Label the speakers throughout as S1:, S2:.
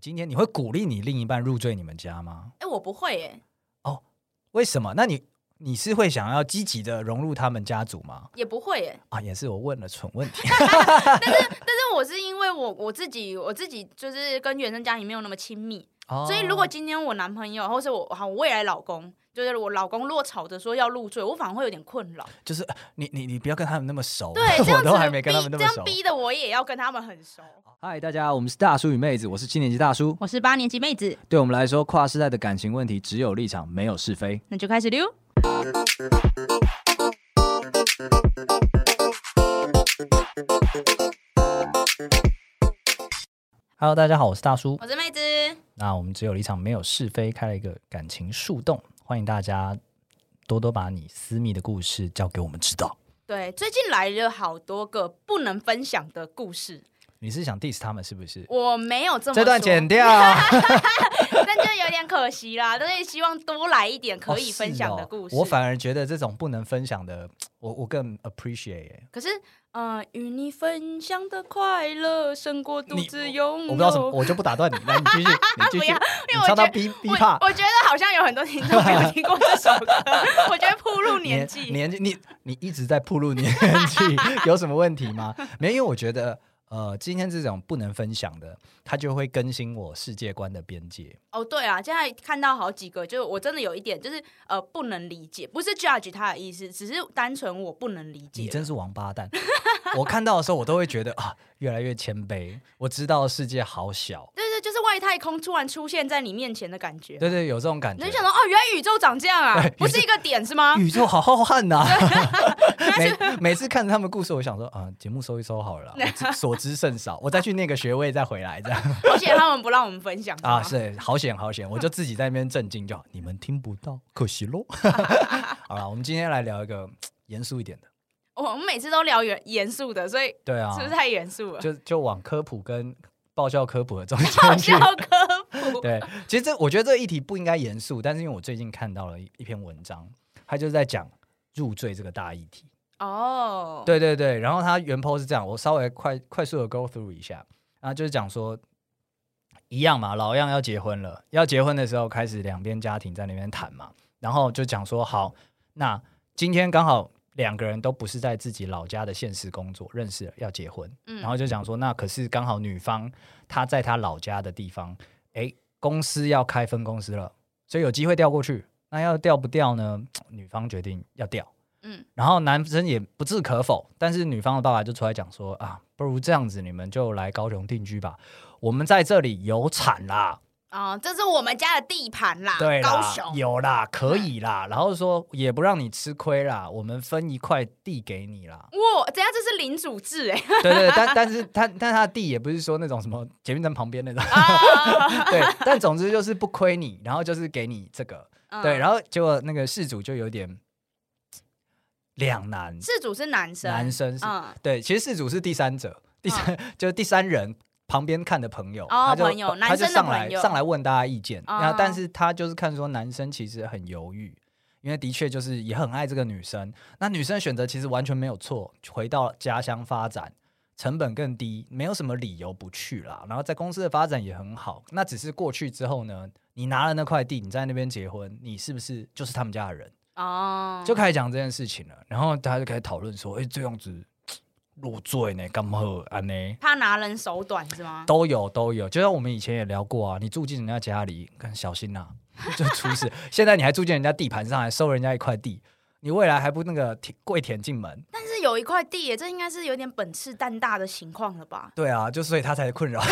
S1: 今天你会鼓励你另一半入赘你们家吗？
S2: 哎，我不会耶，
S1: 为什么？那你你是会想要积极的融入他们家族吗？
S2: 也不会耶。
S1: 啊，也是我问了蠢问 题。
S2: 但是我是因为我我自己我自己就是跟原生家庭没有那么亲密，
S1: 哦
S2: 所以如果今天我男朋友或是我好我未来老公，就是我老公如果吵着说要入赘，我反而会有点困扰。
S1: 就是呃你你你不要跟他们那么熟，
S2: 对，这样
S1: 我
S2: 子
S1: 都还没跟他们
S2: 逼
S1: 那
S2: 这
S1: 么熟哦
S2: 样。逼的我也要跟他们很熟。
S1: 嗨，大家，我们是大叔与妹子，我是七年级大叔。
S2: 我是八年级妹子，
S1: 对我们来说，跨世代的感情问题只有立场，没有是非。
S2: 那就开始溜。
S1: Hello，大家好，我是大叔。
S2: 我是妹子，
S1: 那我们只有立场，没有是非，开了一个感情树洞，欢迎大家多多把你私密的故事交给我们知道。
S2: 对，最近来了好多个不能分享的故事，
S1: 你是想 diss 他们是不是？
S2: 我没有这么
S1: 这段
S2: 说
S1: 剪掉，
S2: 但就有点可惜啦。但是希望多来一点可以
S1: 哦
S2: 分享的
S1: 是哦
S2: 故事。
S1: 我反而觉得这种不能分享的，我我更 appreciate 耶。
S2: 可是，呃，与你分享的快乐胜过独
S1: 你
S2: 自拥
S1: 我
S2: 有。
S1: 不知道什么，我就不打断你，来你继续，你继
S2: 不
S1: 续，
S2: 要因为我
S1: 你唱到
S2: 觉得
S1: 逼逼
S2: 我
S1: 怕。
S2: 我觉得好像有很多听众没有听过这首歌， 我觉得铺 路年纪。
S1: 年纪，你你一直在铺路年纪，有什么问题吗？没有，因为我觉得，呃，今天这种不能分享的，它就会更新我世界观的边界。
S2: 哦，对啊，现在看到好几个，就是我真的有一点，就是呃，不能理解，不是 judge 他的意思，只是单纯我不能理
S1: 你
S2: 解。
S1: 真是王八蛋！我看到的时候，我都会觉得啊，越来越谦卑。我知道世界好小，
S2: 对对，就是外太空突然出现在你面前的感觉，
S1: 对对，有这种感
S2: 你
S1: 觉
S2: 就。想说，哦，原来宇宙长这样啊
S1: 对，
S2: 不是一个点是吗？
S1: 宇宙好浩瀚 呐、每每次看着他们故事，我想说啊，节目收一收好了啦，我知所知甚少，我再去念个学位再回来这样。
S2: 而且他们不让我们分享是吗
S1: 啊，是好险好险，我就自己在那边震惊就好，你们听不到，可惜 喽。好了，我们今天来聊一个严肃一点的，
S2: 我我们每次都聊严严肃的，所以
S1: 对啊
S2: 是不，是太严肃了？
S1: 就就往科普跟爆笑科普的 中
S2: 好
S1: 间去
S2: 笑。科普。
S1: 对，其实这我觉得这议题不应该严肃，但是因为我最近看到了一一篇文章，它就是在讲入赘这个大议题。
S2: 哦，
S1: 对对对，然后它原 po 是这样，我稍微快快速的 go through 一下，然后就是讲说。一样嘛，老样要结婚了，要结婚的时候开始两边家庭在那边谈嘛，然后就讲说好，那今天刚好两个人都不是在自己老家的县市工作，认识了要结婚，
S2: 嗯
S1: 然后就讲说那可是刚好女方她在她老家的地方，诶，公司要开分公司了，所以有机会调过去，那要调不调呢？女方决定要调，
S2: 嗯，
S1: 然后男生也不置可否，但是女方的爸爸就出来讲说啊，不如这样子，你们就来高雄定居吧，我们在这里有产啦，
S2: 啊、这是我们家的地盘啦，
S1: 对啦，
S2: 啊高雄。，
S1: 有啦，可以啦，然后说也不让你吃亏啦，我们分一块地给你啦
S2: 哇，等一下这是领主 制哎、
S1: 对对，但但是他但他的地也不是说那种什么捷运站旁边那种，
S2: 啊
S1: 对，但总之就是不亏你，然后就是给你这个，对，
S2: 后
S1: 然后结果那个事主就有点两难，
S2: 事主是男生，
S1: 男生是
S2: 嗯，
S1: 对，其实事主是第三者，第三、就是第三人旁边看的朋友，
S2: 哦
S1: 他就
S2: 朋友
S1: 他
S2: 男
S1: 就
S2: 生的
S1: 上
S2: 朋
S1: 来
S2: 友
S1: 上来问大家意见，
S2: 哦
S1: 然后但是他就是看说男生其实很犹豫。因为的确就是也很爱这个女生，那女生选择其实完全没有错，回到家乡发展，成本更低，没有什么理由不去啦。然后在公司的发展也很好，那只是过去之后呢，你拿了那块地，你在那边结婚，你是不是就是他们家的人？
S2: 哦，
S1: 就开始讲这件事情了，然后大家就开始讨论说，哎、这样子入赘呢，干嘛安呢？
S2: 怕拿人手短是吗？
S1: 都有都有，就像我们以前也聊过啊，你住进人家家里，看小心呐、 就出事。现在你还住进人家地盘上，还收人家一块地，你未来还不那个舔跪舔进门？
S2: 但是有一块地欸耶，这应该是有点本事蛋大的情况了吧？
S1: 对啊，就所以他才困扰。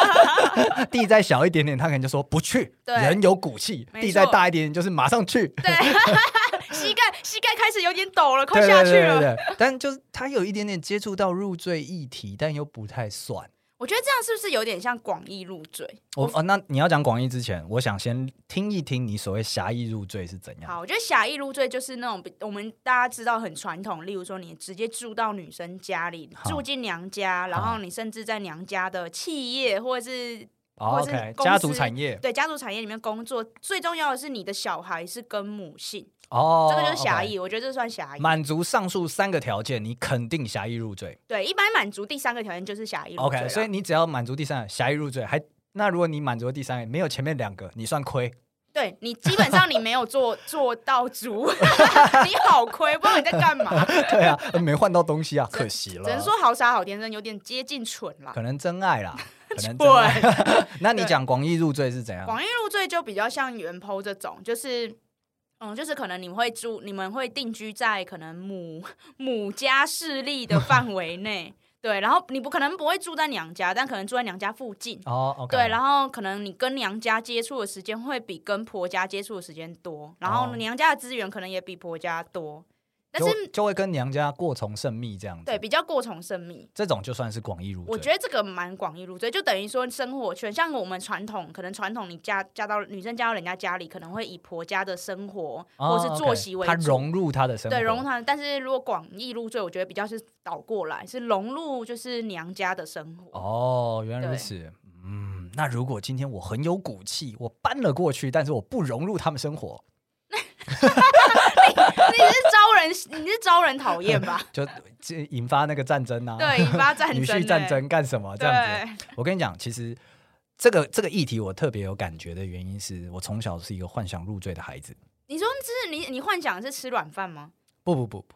S1: 地再小一点点，他可能就说不去。
S2: 对
S1: 人有骨气，
S2: 没错
S1: 地再大一点点，就是马上去。
S2: 对， 膝盖膝盖开始有点抖了，快
S1: 对
S2: 下
S1: 对
S2: 去了。
S1: 对对对，但就是他有一点点接触到入赘议题，但又不太算。
S2: 我觉得这样是不是有点像广义入赘？
S1: 我哦，那你要讲广义之前，我想先听一听你所谓狭义入赘是怎样。
S2: 好，我觉得狭义入赘就是那种比我们大家知道很传统，例如说你直接住到女生家里，
S1: 好
S2: 住进娘家，然后你甚至在娘家的企业或者是
S1: 哦
S2: 或是
S1: OK，
S2: 公司
S1: 家族产业
S2: 对家族产业里面工作。最重要的是你的小孩是跟母姓，
S1: 哦，
S2: 这个就是狭
S1: OK。
S2: 义，我觉得这算狭义。
S1: 满足上述三个条件，你肯定狭义入赘。
S2: 对，一般满足第三个条件就是狭义入赘
S1: OK，
S2: 了
S1: 所以你只要满足第三个狭义入赘，还那如果你满足了第三个，没有前面两个，你算亏。
S2: 对你基本上你没有做做到足， 你好亏，不知道你在干嘛。
S1: 对啊，没换到东西啊，可惜了。
S2: 只能说好傻好天真，有点接近蠢啦。
S1: 可能真爱 啦，可能真爱。
S2: 对，
S1: 那你
S2: 对
S1: 讲广义入罪是怎样？
S2: 广义入赘就比较像原剖这种，就是。嗯，就是可能你们会住，你们会定居在可能母 母家势力的范 围内，对，然后你不可能不会住在娘家，但可能住在娘家附近，
S1: 哦，OK，
S2: 对，然后可能你跟娘家接触的时间会比跟婆家接触的时间多，然后
S1: 哦
S2: 娘家的资源可能也比婆家多，但
S1: 就是就会跟娘家过从甚密这样子。
S2: 对，比较过从甚密。
S1: 这种就算是广义入罪。
S2: 我觉得这个蛮广义入赘，就等于说生活圈，像我们传统，可能传统你嫁嫁到女生嫁到人家家里，可能会以婆家的生活、
S1: 哦
S2: 或是
S1: OK，
S2: 作息为
S1: 他
S2: 主。
S1: 融入他的生活，
S2: 对，融入她。但是如果广义入赘，我觉得比较是倒过来，是融入就是娘家的生活。
S1: 哦，原来如
S2: 对
S1: 此。嗯，那如果今天我很有骨气，我搬了过去，但是我不融入他们生活，？
S2: 你是招人，你是招人讨厌吧
S1: 就这引发那个战争啊，
S2: 对，引发战
S1: 女
S2: 争、欸，
S1: 婿战争干什么这样子？
S2: 对，
S1: 我跟你讲，其实这个这个议题我特别有感觉的原因是我从小是一个幻想入罪的孩子。
S2: 你说这是你你幻想是吃软 饭吗？
S1: 不不不不，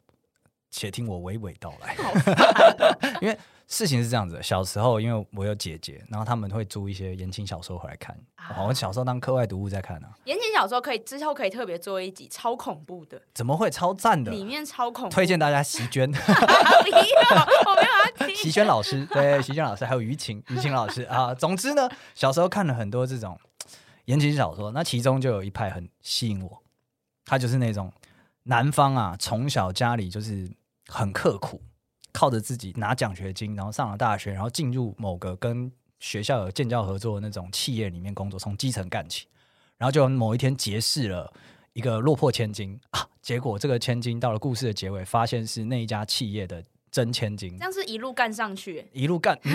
S1: 且听我娓娓道来。
S2: 好
S1: 因为事情是这样子的，小时候因为我有姐姐，然后他们会租一些言情小说回来看。
S2: 啊
S1: 哦我小时候当课外读物在看啊，
S2: 言情小说可以之后可以特别做一集，超恐怖的，
S1: 怎么会超赞的？
S2: 里面超恐怖。
S1: 啊推荐大家席娟，
S2: 啊不要，我没有要听。
S1: 席娟老师， 对，席娟老师，还有于晴，于晴老师啊。总之呢，小时候看了很多这种言情小说，那其中就有一派很吸引我，他就是那种男方啊，从小家里就是很刻苦，靠着自己拿奖学金，然后上了大学，然后进入某个跟学校有建教合作的那种企业里面工作，从基层干起，然后就某一天结识了。一个落魄千金啊，结果这个千金到了故事的结尾，发现是那一家企业的真千金，
S2: 这，样是一路干上去
S1: 一路 干，嗯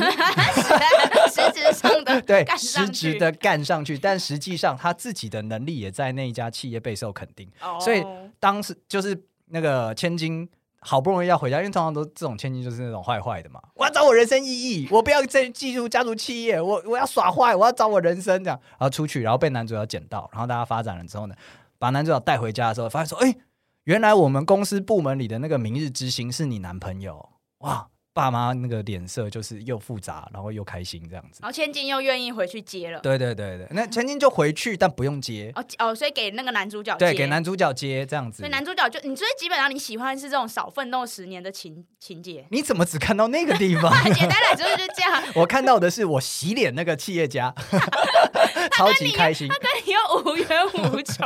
S2: 实质上的
S1: 对，
S2: 干
S1: 实
S2: 上
S1: 质
S2: 去，
S1: 的干上去，但实际上他自己的能力也在那一家企业备受肯定。
S2: 哦
S1: 所以当时就是那个千金。好不容易要回家，因为通常都这种千金就是那种坏坏的嘛。我要找我人生意义，我不要再进入家族企业，我我要耍坏，我要找我人生这样。然后出去，然后被男主角捡到，然后大家发展了之后呢，把男主角带回家的时候，发现说，哎、原来我们公司部门里的那个明日之星是你男朋友，哇！爸妈那个脸色就是又复杂，然后又开心这样子。
S2: 然后千金又愿意回去接了，
S1: 对对对对，那千金就回去，但不用接，
S2: 哦哦，所以给那个男主角
S1: 对，
S2: 接
S1: 给。男主角接这样子。
S2: 所以。男主角就你，所以基本上你喜欢是这种少奋斗十年的情情节
S1: 你怎么只看到那个地方？
S2: 简单来说就是这样，
S1: 我看到的是我洗脸那个企业 家，超级开心，
S2: 跟你又无冤 无仇，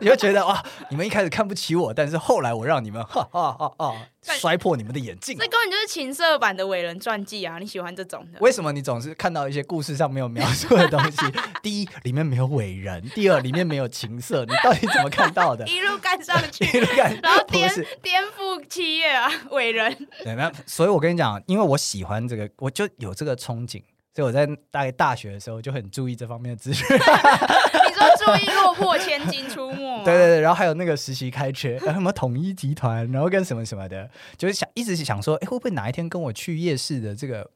S1: 你就觉得哇，你们一开始看不起我，但是后来我让你们哈哈哈哈摔破你们的眼镜
S2: 这。根本就是情色版的伟人传记啊！你喜欢这种的？
S1: 为什么你总是看到一些故事上没有描述的东西？ 第一，里面没有伟人；第二，里面没有情色。你到底怎么看到的？
S2: 一路干上 去，
S1: 一路看
S2: 然后
S1: 不
S2: 颠
S1: 是
S2: 颠覆企业啊，伟人
S1: 对，那所以我跟你讲，因为我喜欢这个，我就有这个憧憬，所以我在大概大学的时候就很注意这方面的资讯。
S2: 你说注意落魄千金出没、啊，
S1: 对对对，然后还有那个实习开缺， 呃什么统一集团，然后跟什么什么的，就是想一直想说，哎，会不会哪一天跟我去夜市的这个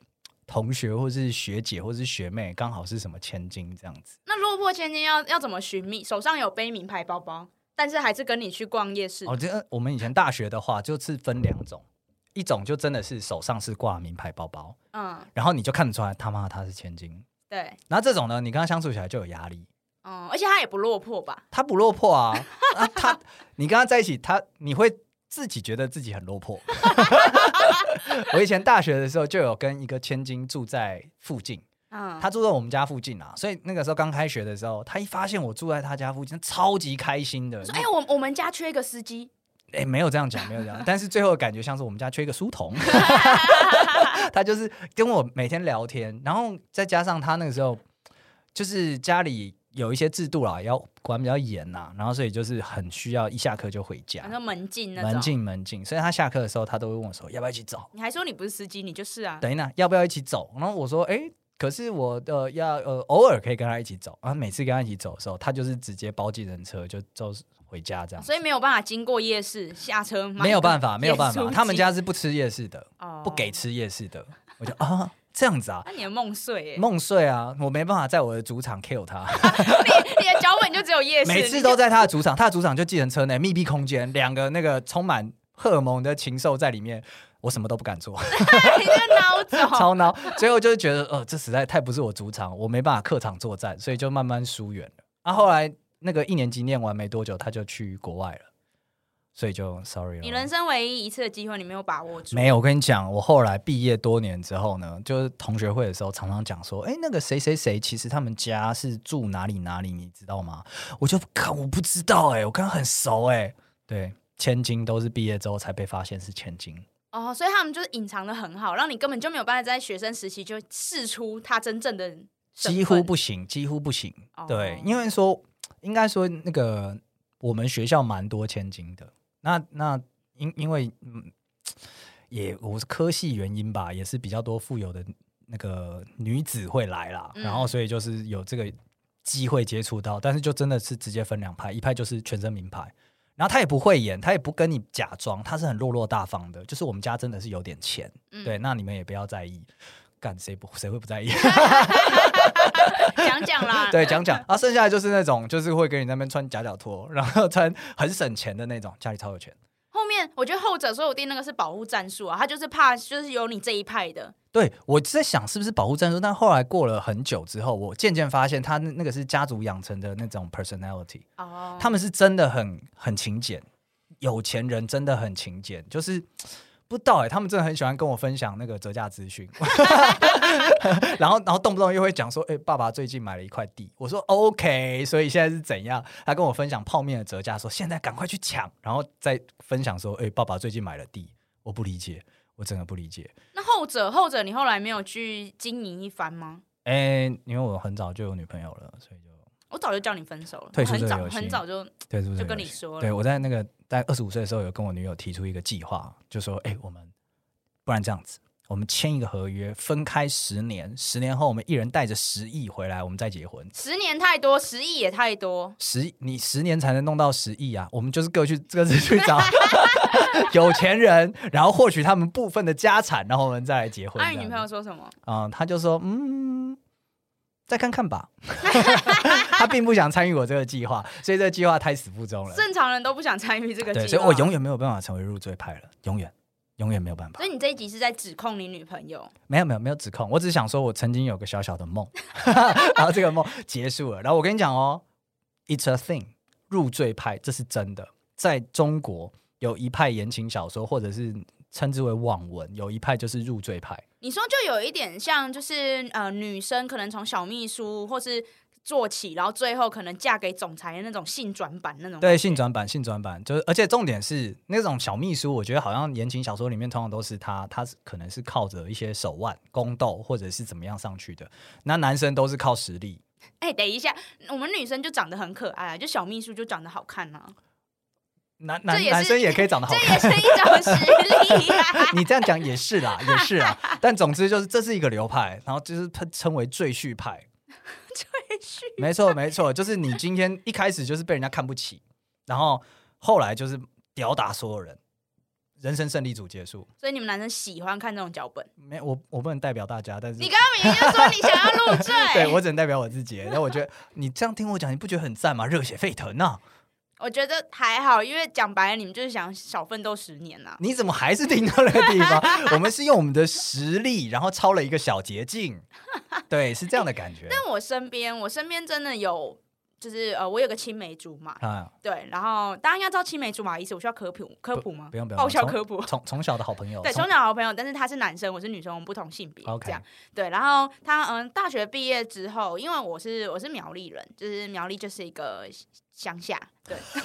S1: 同学或是学姐或是学妹，刚好是什么千金这样子？
S2: 那落魄千金要要怎么寻觅？手上有背名牌包包，但是还是跟你去逛夜市。
S1: 哦，这个我们以前大学的话，就是分两种，一种就真的是手上是挂名牌包包，
S2: 嗯，
S1: 然后你就看得出来，他妈她是千金。
S2: 对，
S1: 然后这种呢，你跟他相处起来就有压力。
S2: 嗯，而且他也不落魄吧？
S1: 他不落魄啊， 啊他你跟他在一起，他你会自己觉得自己很落魄。 我以前大学的时候就有跟一个千金住在附近，
S2: 嗯，
S1: 他住在我们家附近啊，所以那个时候刚开学的时候，他一发现我住在他家附近，他超级开心的。
S2: 说：“哎、我我们家缺一个司机，
S1: 哎、没有这样讲，没有这样，但是最后的感觉像是我们家缺一个书 童，他就是跟我每天聊天，然后再加上他那个时候就是家里有一些制度啦，要管比较严呐、然后所以就是很需要一下课就回家
S2: 反，正门禁啊那种。
S1: 门禁门禁，所以他下课的时候他都会问我说要不要一起走，
S2: 你还说你不是司机，你就是啊。
S1: 等一下要不要一起走，然后我说哎。可是我呃要呃偶尔可以跟他一起走啊，每次跟他一起走的时候，他就是直接包计程车就就是回家这样，
S2: 所以没有办法经过夜市下车买一个盐酥鸡，
S1: 没有办法，没有办法，他们家是不吃夜市的，
S2: 哦
S1: 不给吃夜市的。我就啊，这样子啊，
S2: 那你的梦碎哎、
S1: 梦碎啊，我没办法在我的主场 kill 他，
S2: 你的脚本就只有夜市，
S1: 每次都在他的主场，他的主场就计程车内密闭空间，两个那个充满荷尔蒙的禽兽在里面，我什么都不敢做，
S2: 你这个孬种。
S1: 超孬。最后就是觉得，呃，这实在太不是我主场，我没办法客场作战，所以就慢慢疏远了。啊，后来那个一年级念完没多久，他就去国外了，所以就 sorry 哦了。
S2: 你人生唯一一次的机会，你没有把握住。
S1: 没有，我跟你讲，我后来毕业多年之后呢，就是同学会的时候，常常讲说，哎，那个谁谁谁，其实他们家是住哪里哪里，你知道吗？我就看我不知道、哎，我跟他很熟、哎，对，千金都是毕业之后才被发现是千金，
S2: 哦，所以他们就是隐藏的很好，让你根本就没有办法在学生时期就试出他真正的身份
S1: 几乎不行，几乎不行。
S2: 哦
S1: 对，因为说，应该说那个我们学校蛮多千金的，那那因因为嗯，也我是科系原因吧，也是比较多富有的那个女子会来啦，
S2: 嗯
S1: 然后所以就是有这个机会接触到，但是就真的是直接分两派，一派就是全身名牌。然后他也不会演，他也不跟你假装，他是很落落大方的。就是我们家真的是有点钱，
S2: 嗯
S1: 对，那你们也不要在意。干谁不谁会不在意？
S2: 讲讲 啦。
S1: 对，讲讲啊，剩下的就是那种，就是会给你那边穿夹脚拖，然后穿很省钱的那种，家里超有钱。
S2: 后面我觉得后者所有定那个是保护战术啊，他就是怕就是有你这一派的，
S1: 对我在想是不是保护战术，但后来过了很久之后，我渐渐发现他那那个是家族养成的那种 personality，
S2: 哦，
S1: 他们是真的很很勤俭，有钱人真的很勤俭，就是。不知道哎、他们真的很喜欢跟我分享那个折价资讯， 然后然后动不动又会讲说，哎、爸爸最近买了一块地，我说 OK，所以现在是怎样？他跟我分享泡面的折价，说现在赶快去抢，然后再分享说，哎、爸爸最近买了地，我不理解，我真的不理解。
S2: 那后者后者你后来没有去经营一番吗？
S1: 哎、因为我很早就有女朋友了，所以就
S2: 我早就叫你分手了，
S1: 退出这
S2: 很
S1: 个
S2: 早
S1: 游戏
S2: 很早就
S1: 对，是不是
S2: 就
S1: 很
S2: 跟
S1: 有
S2: 你
S1: 趣
S2: 说
S1: 对
S2: 了。
S1: 我在那个在二十五岁的时候，有跟我女友提出一个计划，就说：“哎、我们不然这样子，我们签一个合约，分开十年，十年后我们一人带着十亿回来，我们再结婚。
S2: 十年太多，十亿也太多，
S1: 十你十年才能弄到十亿啊！我们就是各去各自去 找有钱人，然后获取他们部分的家产，然后我们再来结婚。这
S2: 那、你
S1: 样
S2: 哎女
S1: 子
S2: 朋友说什么？
S1: 嗯，他就说嗯，再看看 吧。 他并不想参与我这个计划，所以这个计划胎死腹中了。
S2: 正常人都不想参与这个计划，
S1: 对，所以我永远没有办法成为入赘派了，永远，永远没有办法
S2: 所。以你这一集是在指控你女朋友，
S1: 没有没有没有指控，我只是想说我曾经有个小小的 梦，然后这个梦结束了。然后我跟你讲哦，It's a thing，入赘派这是真的，在中国有一派言情小说，或者是称之为网文，有一派就是入赘派。
S2: 你说就有一点像，就是呃，女生可能从小秘书或是做起，然后最后可能嫁给总裁的那种性转版那种。
S1: 对，性转版，性转版就是，而且重点是那种小秘书，我觉得好像言情小说里面通常都是他，他是可能是靠着一些手腕、宫斗或者是怎么样上去的。那男生都是靠实力。
S2: 哎、等一下，我们女生就长得很可爱啊，就小秘书就长得好看啊，
S1: 男男
S2: 这也是
S1: 男生也可以长得好
S2: 这
S1: 看
S2: 也，是一种实力 啊。
S1: 你这样讲也是啦，也是啦。但总之就是这是一个流派，然后就是它称为赘婿 派。赘婿，没错没错，就是你今天一开始就是被人家看不起，然后后来就是吊打所有人，人生胜利组结束。
S2: 所以你们男生喜欢看这种脚本。
S1: 没，我我不能代表大家，但是
S2: 你刚刚明明就说你想要入
S1: 对
S2: 赘，
S1: 我只能代表我自己。那我觉得你这样听我讲，你不觉得很赞吗？热血沸腾啊！
S2: 我觉得还好，因为讲白了，你们就是想少奋斗十年啊。
S1: 你怎么还是停到那个地方？我 们是用我们的实力，然后抄了一个小捷径，对，是这样的感 觉
S2: 但我身边，我身边真的有，就是呃，我有个青梅竹马，
S1: 啊。
S2: 对，然后大家应该知道青梅竹马的意思，我需要科普科普吗？哦
S1: 不用不用，
S2: 爆笑
S1: 从
S2: 科普。
S1: 从从小的好朋友，
S2: 对，
S1: 从
S2: 从小好朋友，但是他是男生，我是女生，我们不同性别
S1: OK
S2: 这样。对，然后他嗯，大学毕业之后，因为我是我是苗栗人，就是苗栗就是一个乡下，对，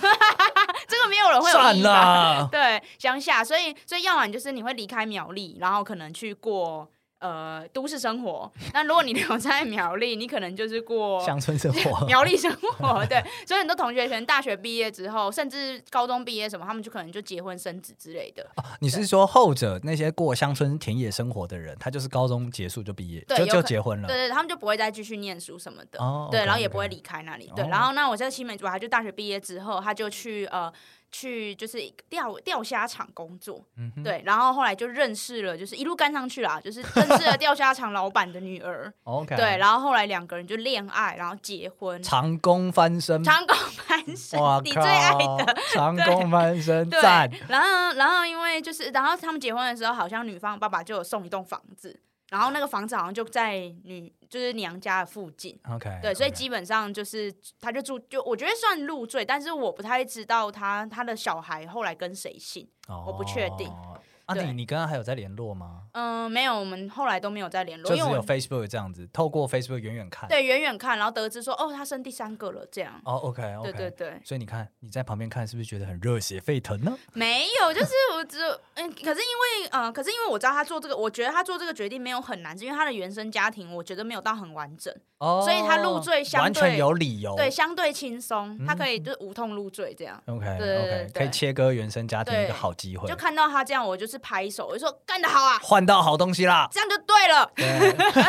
S2: 这个没有人会有
S1: 算
S2: 意义吧？
S1: 了，
S2: 对，乡下，所以所以要么你就是你会离开苗栗，然后可能去过呃都市生活。那如果你留在苗栗，你可能就是过
S1: 乡村生 活，
S2: 苗栗生活，对， 所以很多同学可能大学毕业之后，甚至高中毕业什么，他们就可能就结婚生子之类的。
S1: 哦你是说后者那些过乡村田野生活的人，他就是高中结束就毕业，
S2: 对
S1: 就
S2: 有
S1: 就
S2: 可
S1: 结婚
S2: 对
S1: 了，
S2: 对，他们就不会再继续念书什么的。
S1: 哦，
S2: 对，
S1: OK，
S2: 然后也不会
S1: OK
S2: 离开那里。对，
S1: 哦
S2: 然后那我在新美主，他就大学毕业之后，他就去呃去就是钓钓虾场工作，
S1: 嗯哼，
S2: 对，然后后来就认识了，就是一 路干上去啦，就是认识了钓虾场老板的女儿，
S1: ，OK，
S2: 对，，然后后来两个人就恋爱，然后结婚，
S1: 长弓翻身，
S2: 长狗攀身
S1: 哇，
S2: 你最爱
S1: 靠
S2: 的。
S1: 长弓翻身，
S2: 对
S1: 赞，，
S2: 然后然后因为就是，然后他们结婚的时候，好像女方爸爸就有送一栋房子，然后那个房子好像就在女就是娘家的附近。
S1: OK，
S2: 对，所以
S1: OK
S2: 基本上就是，他就住，就我觉得算入赘，但是我不太知道他他的小孩后来跟谁姓。我不确定
S1: 哦啊，
S2: 对
S1: 你你跟他还有在联络吗？
S2: 嗯、没有，我们后来都没有再联络，
S1: 就只
S2: 因为
S1: 有
S2: 我
S1: Facebook 这样子，透过 Facebook 远远看。
S2: 对远远看，然后得知说，哦，他生第三个了，这样。
S1: 哦，OK
S2: 对
S1: OK。
S2: 对对，
S1: 所以你看，你在旁边看，是不是觉得很热血沸腾呢？
S2: 没有，就是我只有 嗯，可是因为呃，可是因为我知道他做这个，我觉得他做这个决定没有很难，是因为他的原生家庭，我觉得没有到很完整，
S1: 哦，
S2: 所以他入赘相对
S1: 完全有理由。
S2: 对，相对轻松，他
S1: 嗯
S2: 可以就是无痛入赘这样。
S1: OK
S2: 对
S1: OK，
S2: 对
S1: 可以切割原生家庭
S2: 对
S1: 一个好机会
S2: 就，看到他这样，我就是拍手，我就说干得好啊，
S1: 换到好东西啦。
S2: 这样就对了。
S1: 对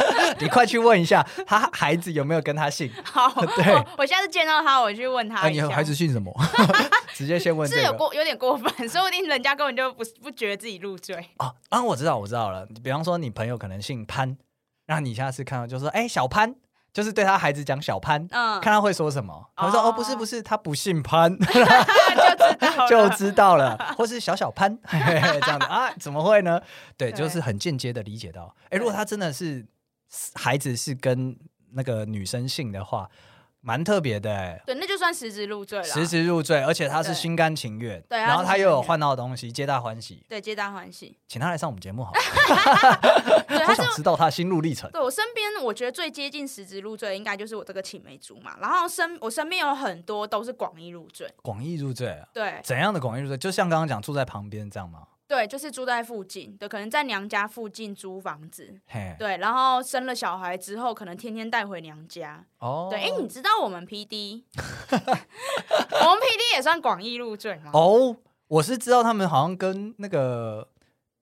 S1: 你快去问一下他孩子有没有跟他姓？
S2: 好，
S1: 对
S2: 我我下次见到他，我去问他
S1: 哎，
S2: 一
S1: 你
S2: 下。
S1: 孩子姓 什么？直接先问这
S2: 是有
S1: 个。
S2: 过有点过分， 说不定人家根本就不不觉得自己入赘。
S1: 哦，啊，我知道，我知道了。比方说，你朋友可能姓潘，那你下次看到就说，哎、小潘，就是对他孩子讲小潘，
S2: 嗯，
S1: 看他会说什么。他会说，哦，
S2: 哦
S1: 不是，不是，他不姓潘，
S2: 就知道了
S1: 就知道了，或是小小潘嘿嘿嘿这样的啊？怎么会呢？对，
S2: 对
S1: 就是很间接的理解到。哎、
S2: 对
S1: 如果他真的是孩子是跟那个女生姓的话，蛮特别的、哎
S2: 对，那就算实质入赘了。
S1: 实时入赘，而且他是
S2: 对
S1: 心甘情愿，
S2: 对他
S1: 然后
S2: 是
S1: 他
S2: 心
S1: 又
S2: 甘
S1: 有
S2: 情
S1: 换到东西，皆大欢喜，
S2: 对，皆大 欢喜。
S1: 请他来上我们节目好了，
S2: 对，
S1: 好
S2: 他是
S1: 想知道他的心路历程。
S2: 对我身边，我觉得最接近实质入赘，应该就是我这个青梅竹马。然后身我身边有很多都是广义入赘，
S1: 广义入赘，
S2: 对
S1: 怎样的广义入赘？就像刚刚讲住在旁边这样吗？
S2: 对，就是住在附近，对，可能在娘家附近租房子，
S1: 嘿，
S2: 对，然后生了小孩之后，可能天天带回娘家。
S1: 哦，
S2: 对，哎、你知道我们 P D，我们 P D 也算广义入赘吗？
S1: 哦，我是知道他们好像跟那个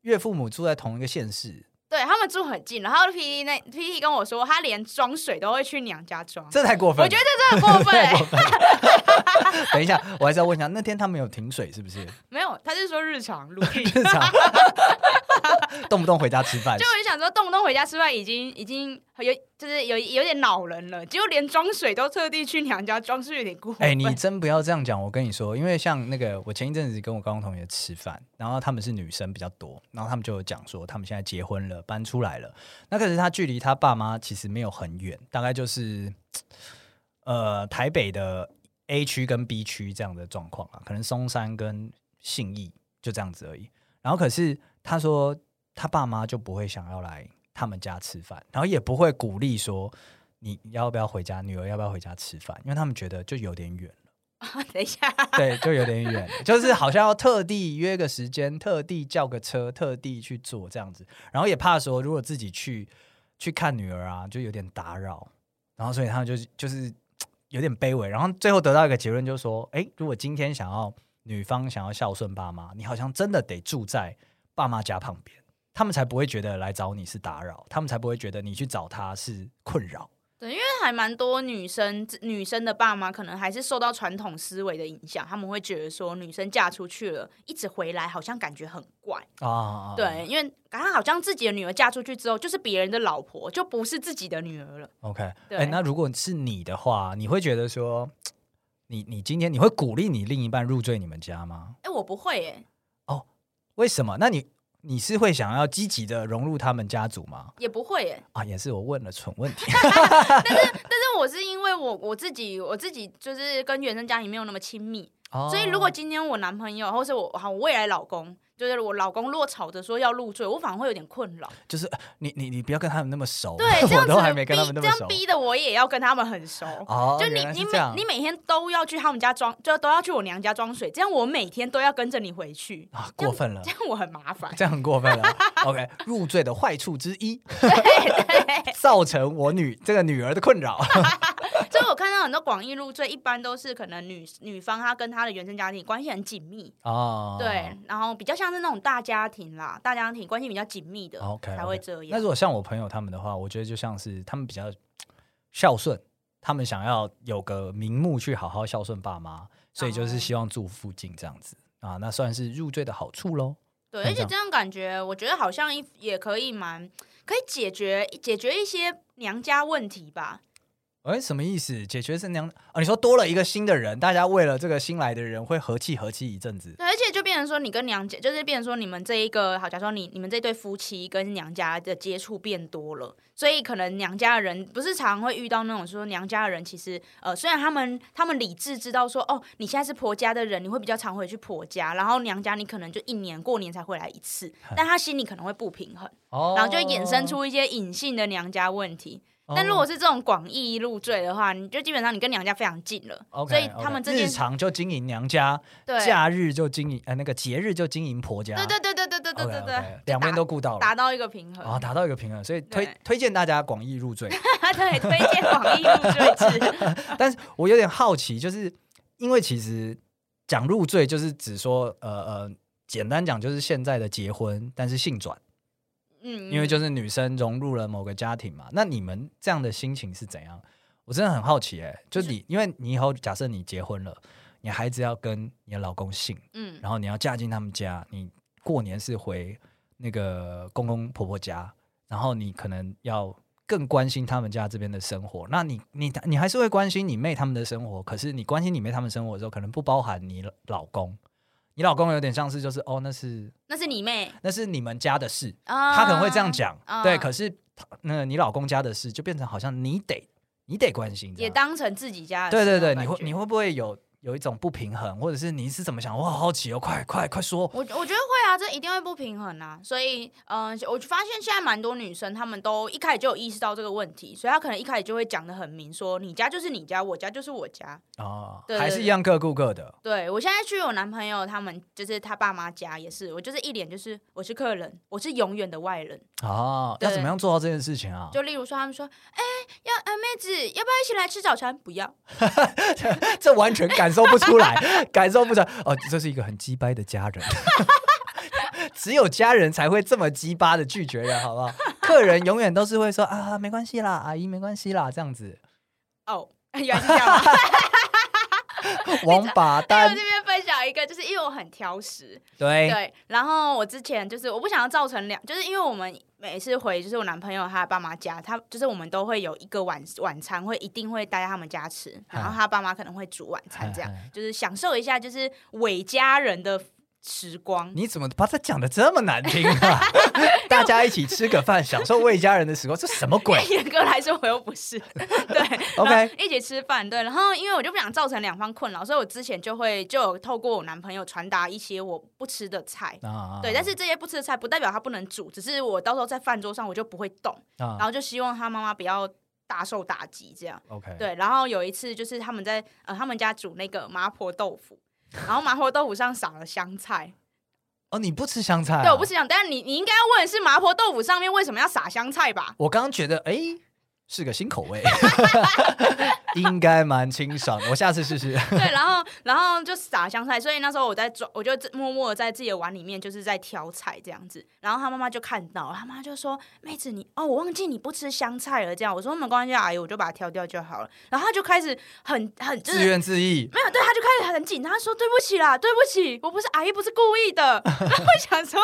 S1: 岳父母住在同一个县市，
S2: 对他们住很近，然后 P D 那 P D 跟我说，他连装水都会去娘家装，
S1: 这太过分了。
S2: 我觉得这真的过分、
S1: 太
S2: 欸
S1: 过。分了。 等一下，我还是要问一下，那天他们有停水是不是？
S2: 没有，他是说日常入 赘。
S1: 日常 动不动回家吃饭
S2: 就，我就想说，动不动回家吃饭已经已经有就是有有点恼人了，结果连装水都特地去娘家装，是有点过分。
S1: 哎、你真不要这样讲，我跟你说，因为像那个，我前一阵子跟我高中同学吃饭，然后他们是女生比较多，然后他们就有讲说，他们现在结婚了，搬出来了，那可是他距离他爸妈其实没有很远，大概就是呃台北的 A 区跟 B 区这样的状况啊，可能松山跟信义就这样子而已。然后可是他说他爸妈就不会想要来他们家吃饭，然后也不会鼓励说你要不要回家，女儿要不要回家吃饭，因为他们觉得就有点远，
S2: 等一下，
S1: 对，就有点远，就是好像要特地约个时间，特地叫个车，特地去做这样子，然后也怕说如果自己去去看女儿啊，就有点打扰，然后所以他们就是就是有点卑微，然后最后得到一个结论就是说，诶，如果今天想要女方想要孝顺爸妈，你好像真的得住在爸妈家旁边，他们才不会觉得来找你是打扰，他们才不会觉得你去找他是困扰。
S2: 对，因为还蛮多女生女生的爸妈可能还是受到传统思维的影响，他们会觉得说女生嫁出去了，一直回来好像感觉很怪。
S1: 啊，
S2: 对，因为她好像自己的女儿嫁出去之后，就是别人的老婆，就不是自己的女儿了。
S1: OK，哎、
S2: 对
S1: 那如果是你的话，你会觉得说，你你今天你会鼓励你另一半入赘你们家吗？
S2: 哎，我不会耶、
S1: 为什么？那你你是会想要积极的融入他们家族吗？
S2: 也不会耶、
S1: 啊，也是我问了蠢问题
S2: 但是我是因为我我自己我自己就是跟原生家庭没有那么亲密，
S1: 哦。
S2: 所以如果今天我男朋友，或是我好我未来老公，就是我老公，若吵着说要入赘，我反而会有点困扰。
S1: 就是呃你你你不要跟他们那么熟，
S2: 对，这 样
S1: 我
S2: 子
S1: 都还没跟他们那
S2: 逼这
S1: 么熟
S2: 样。逼的我也要跟他们很熟。
S1: 哦，
S2: 就
S1: 原
S2: 你
S1: 来是
S2: 你
S1: 这
S2: 每
S1: 样
S2: 你每天都要去他们家装，就都要去我娘家装水，这样我每天都要跟着你回去，
S1: 啊，过分了
S2: 这，样我很麻烦。
S1: 这样很过分了。OK，入 赘的坏处之一， 造成我女这个女儿的困扰。
S2: 所以我看到很多广义入赘，一般都是可能女女方她跟她的原生家庭关系很紧密，
S1: 哦，
S2: 对，然后比较像是那种大家庭啦，大家庭关系比较紧密的
S1: 哦 OK，OK
S2: 才会这
S1: 那
S2: 样。
S1: 如果像我朋友他们的话，我觉得就像是他们比较嗯孝顺，他们想要有个名目去好好孝顺爸妈，所以就是
S2: 哦
S1: 希望住附近这样子啊，那算是入赘的好处喽。
S2: 对，
S1: 像这
S2: 而且
S1: 样
S2: 这样感觉，我觉得好像一也可以蛮可以解决解决一些娘家问题吧。
S1: 哎，什么意思？解决是娘啊？你说多了一个新的人，大家为了这个新来的人会和气和气一阵子，
S2: 对，而且就变成说，你跟娘家，就是变成说，你们这一个好，假如说你你们这对夫妻跟娘家的接触变多了，所以可能娘家的人不是常会遇到那种说娘家的人，其实呃，虽然他们他们理智知道说，哦，你现在是婆家的人，你会比较常回去婆家，然后娘家你可能就一年过年才回来一次，但他心里可能会不平衡，
S1: 哦
S2: 然后就会衍生。出一些隐性的娘家问题。
S1: 哦
S2: 但如果是这种广义入赘的话，你就基本上你跟娘家非常近了
S1: OK，
S2: 所以他们
S1: OK
S2: 这件
S1: 日常就经营娘家，
S2: 对
S1: 假日就经营呃那个节日就经营婆家，
S2: 对对对对对对对对
S1: o k
S2: 对
S1: o k 两边都顾到了。
S2: 达到一个平衡。
S1: 啊，达到一个平衡，所以推
S2: 对
S1: 推荐大家广义入赘。
S2: 对，推荐广义 入赘制。
S1: 但是我有点好奇，就是因为其实讲入赘就是只说呃呃，简单讲就是现在的结婚，但是性转，
S2: 嗯，
S1: 因为就是女生融入了某个家庭嘛。那你们这样的心情是怎样？我真的很好奇、欸，哎，就你，因为你以后假设你结婚了，你孩子要跟你的老公姓，
S2: 嗯，
S1: 然后你要嫁进他们家，你过年是回那个公公婆婆家，然后你可能要更关心他们家这边的生活。那你你你还是会关心你妹他们的生活，可是你关心你妹他们生活的时候，可能不包含你老公。你老公有点像是就是哦，那是
S2: 那是你妹
S1: 那是你们家的事，
S2: 啊，
S1: 他可能会这样讲，
S2: 啊
S1: 对。可是他那你老公家的事就变成好像你得你得关心这
S2: 也
S1: 样，
S2: 当成自己家的
S1: 对对
S2: 事那种
S1: 对，
S2: 感
S1: 你
S2: 觉。
S1: 会你会不会有有一种不平衡，或者是你是怎么想？我好好奇哦，快快快说！
S2: 我我觉得会啊，这一定会不平衡啊，所以，嗯、我就发现现在蛮多女生，她们都一开始就有意识到这个问题，所以她可能一开始就会讲的很明，说你家就是你家，我家就是我家。
S1: 哦，
S2: 对
S1: 还
S2: 对
S1: 是一
S2: 对
S1: 样各顾各的。
S2: 对我现在去我男朋友他们，就是他爸妈家也是，我就是一脸就是我是客人，我是永远的外人。
S1: 哦，要
S2: 对
S1: 怎么样做到这件事情啊？
S2: 就例如说，他们说，哎、要哎、妹子，要不要一起来吃早餐？不要。
S1: 这完全感受不出来，感受不出来。哦，这是一个很鸡掰的家人， 只有家人才会这么鸡巴的拒绝人，好不好？客人永远都是会说啊，没关系啦，阿姨没关系啦，这样 子。
S2: 哦，原来是这样吗？
S1: 王八
S2: 在我
S1: 蛋
S2: 这，边分享一个，就是因为我很挑食，
S1: 对，
S2: 对。然后我之前就是我不想要造成两，就是因为我们每次回就是我男朋友他爸妈家，他就是我们都会有一个晚晚餐会一定会待在他们家吃，然后他爸妈可能会煮晚餐，这样
S1: 嗨嗨
S2: 就是享受一下就是伪家人的时光。
S1: 你怎么把它讲的这么难听 啊？大家一起吃个饭，享受为家人的时光，这什么鬼
S2: 严格来说，我又 不是对
S1: OK
S2: 然后一起吃饭对，然后因为我就不想造成两方困扰，所以我之前就会就有透过我男朋友传达一些我不吃的菜。
S1: 啊？
S2: 对，但是这些不吃的菜不代表他不能煮，只是我到时候在饭桌上我就不会动，然
S1: 啊
S2: 后就希望他妈妈不要大受打击这样。
S1: ，OK，
S2: 对，然后有一次就是他们在呃他们家煮那个麻婆豆腐，然后麻婆豆腐上撒了香菜，
S1: 哦，你不吃香 菜啊？
S2: 对，我不是想，但是你你应该要问的是麻婆豆腐上面为什么要撒香菜吧？
S1: 我刚刚觉得，哎、是个新口 味， 应该蛮清爽。我下次试试。
S2: 对，然后然后就撒香菜，所以那时候我在装，我就自默默的在自己的碗里面就是在挑菜这样子。然后他妈妈就看到，他妈就说：“妹子你，哦，我忘记你不吃香菜了。”这样我说：“没关系，啊阿姨，我就把它挑掉就好了。”然后他就开始很很就
S1: 自
S2: 是。
S1: 怨自艾，
S2: 没有，对，他就开始很紧张，他说：“对不起啦，对不起，我不是阿姨，不是故意的。” 然后我想说，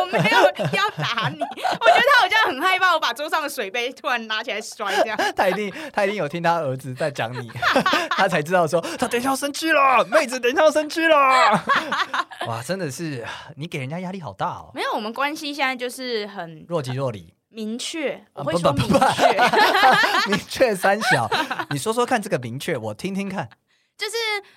S2: 我没有要打你，我觉得他好像很害怕，我把桌上的水杯突然拿起来摔这样。
S1: 他一定他一定有听他儿子在讲 你，他才知道说他等一下要生气了，妹子等一下要生气 了。哇，真的是你给人家压力好大哦，
S2: 没有，我们关系现在就是很
S1: 若即若 离，
S2: 明确，我
S1: 啊
S2: 会
S1: 不
S2: 说
S1: 不
S2: 明
S1: 不
S2: 确。
S1: 明确三小。你说说看这个明确，我听听看。
S2: 就是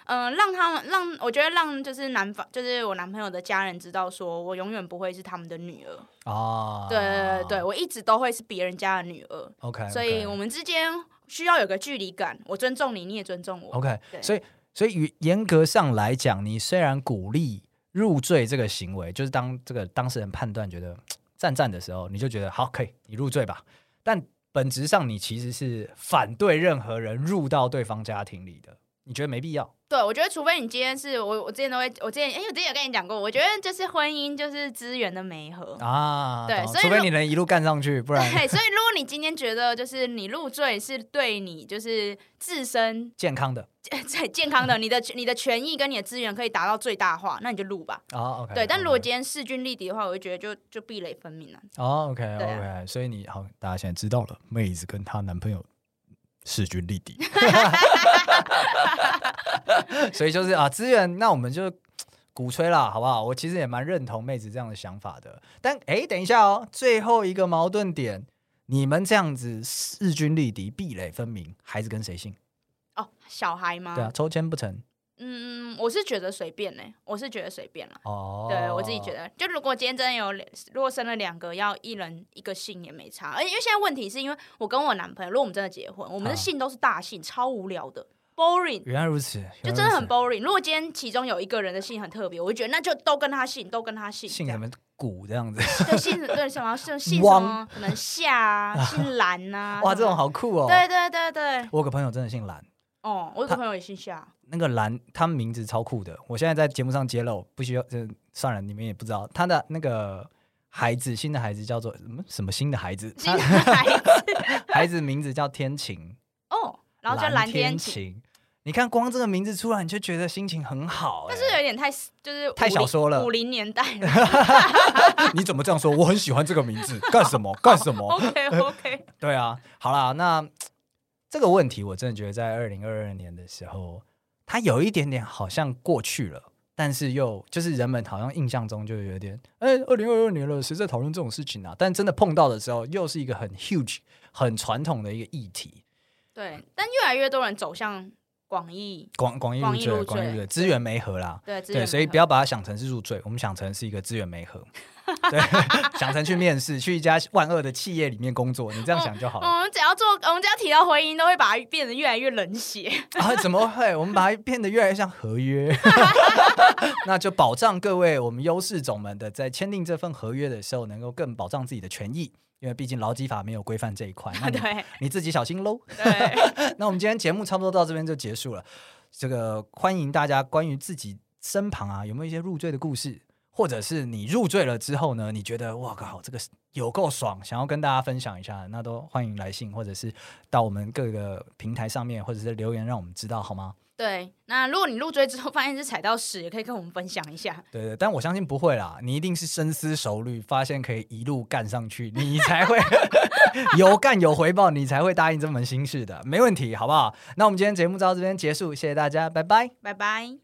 S2: 嗯、呃让他们让我觉得让就是男方就是我男朋友的家人知道，说我永远不会是他们的女儿。
S1: 哦，
S2: 对对对对，我一直都会是别人家的女儿，
S1: ，OK，
S2: 所以我们之间需要有个距离感。我尊重你，你也尊重我。
S1: OK，
S2: 对
S1: 所以所以与严格上来讲，你虽然鼓励入赘这个行为，就是当这个当事人判断觉得嘖赞赞的时候，你就觉得好可以，你入赘吧。但本质上，你其实是反对任何人入到对方家庭里的，你觉得没必要。
S2: 对，我觉得除非你今天是我，我之前都会，我之前哎、我之前有跟你讲过，我觉得就是婚姻就是资源的媒合。
S1: 啊，
S2: 对
S1: 懂
S2: 所以
S1: 除非
S2: 如
S1: 你能一路干上去，不然
S2: 对，所以如果你今天觉得就是你入赘是对你就是自身
S1: 健康的
S2: 最健康的，你的你的权益跟你的资源可以达到最大化，那你就入吧。
S1: 啊，OK，
S2: 对，但如果
S1: OK
S2: 今天势均力敌的话，我就觉得就就壁垒分明了、啊
S1: 哦，OK
S2: 对
S1: OK，所以你好，大家现在知道了，妹子跟她男朋友势均力 敌，所以就是啊，资源，那我们就鼓吹啦，好不好？我其实也蛮认同妹子这样的想法的，但哎，等一下哦，最后一个矛盾点，你们这样子势均力敌、壁垒分明，孩子跟谁姓？
S2: 哦，小孩吗？
S1: 对啊，抽签不成
S2: 嗯，我是觉得随便呢、我是觉得随便啦。
S1: 哦。
S2: 对我自己觉得，就如果今天真的有两，如果生了两个，要一人一个姓也没差。而且因为现在问题是因为我跟我男朋友，如果我们真的结婚，我们
S1: 啊
S2: 的姓都是大姓，超无聊的，boring，
S1: 原来如此，
S2: 就
S1: 原来
S2: 真的
S1: 如
S2: 很
S1: 此
S2: boring。如果今天其中有一个人的姓很特别，我就觉得那就都跟他姓，都跟他姓，
S1: 姓
S2: 这
S1: 什么
S2: 样
S1: 古这样子，
S2: 对姓对什么姓 姓什
S1: 汪
S2: 么，可能夏 啊，姓兰呐、
S1: 哇，
S2: 什
S1: 这种
S2: 么
S1: 好酷哦。
S2: 对对对对，
S1: 我有个朋友真的姓蓝。
S2: 哦，我有
S1: 他
S2: 个朋友也姓夏，
S1: 那个蓝，他们名字超酷的。我现在在节目上揭露，不需要，这算了，你们也不知道。他的那个孩子，新的孩子叫做什么？什么新的孩子？
S2: 姓
S1: 他
S2: 海
S1: 孩子名字叫天晴，
S2: 哦，然后叫蓝天晴。
S1: 晴。你看，光这个名字出来，你就觉得心情很好、欸
S2: 但是有点太就是
S1: 太小说了
S2: 五零年代了。
S1: 哎你怎么这样说？我很喜欢这个名字，干什么？干什么？
S2: OK OK，
S1: 对啊，好啦，那这个问题我真的觉得在二零二二年的时候，它有一点点好像过去了，但是又就是人们好像印象中就有点，哎、2二零二二年了，谁在讨论这种事情啊？但真的碰到的时候，又是一个很 huge、很传统的一个议题。
S2: 对，但越来越多人走向广义，
S1: 广广义入
S2: 广义
S1: 赘，
S2: 入
S1: 广义入
S2: 赘
S1: 赘，资源没合啦。
S2: 对，资源
S1: 对，所以
S2: 配
S1: 不要把它想成是入赘，我们想成是一个资源没合， 对，想成去面试，去一家万恶的企业里面工作，你这样想就好
S2: 合
S1: 了。
S2: 我们只要做，我们只要提到婚姻，都会把它变得越来越冷 血。
S1: 啊，怎么会？我们把它变得越来越像合约，那就保障各位我们优势种们的在签订这份合约的时候，能够更保障自己的权益，因为毕竟劳基法没有规范这一块。那你
S2: 对
S1: 你自己小心喽。
S2: 对，
S1: 那我们今天节目差不多到这边就结束了。这个欢迎大家关于自己身旁啊有没有一些入赘的故事，或者是你入赘了之后呢，你觉得哇靠，这个有够爽，想要跟大家分享一下，那都欢迎来信，或者是到我们各个平台上面，或者是留言让我们知道好吗？
S2: 对。那如果你入追之后发现是踩到屎，也可以跟我们分享一下。
S1: 对对，但我相信不会啦，你一定是深思熟虑，发现可以一路干上去，你才会有干有回报，你才会答应这门心事的，没问题，好不好？那我们今天节目到这边结束，谢谢大家，拜拜。
S2: 拜拜。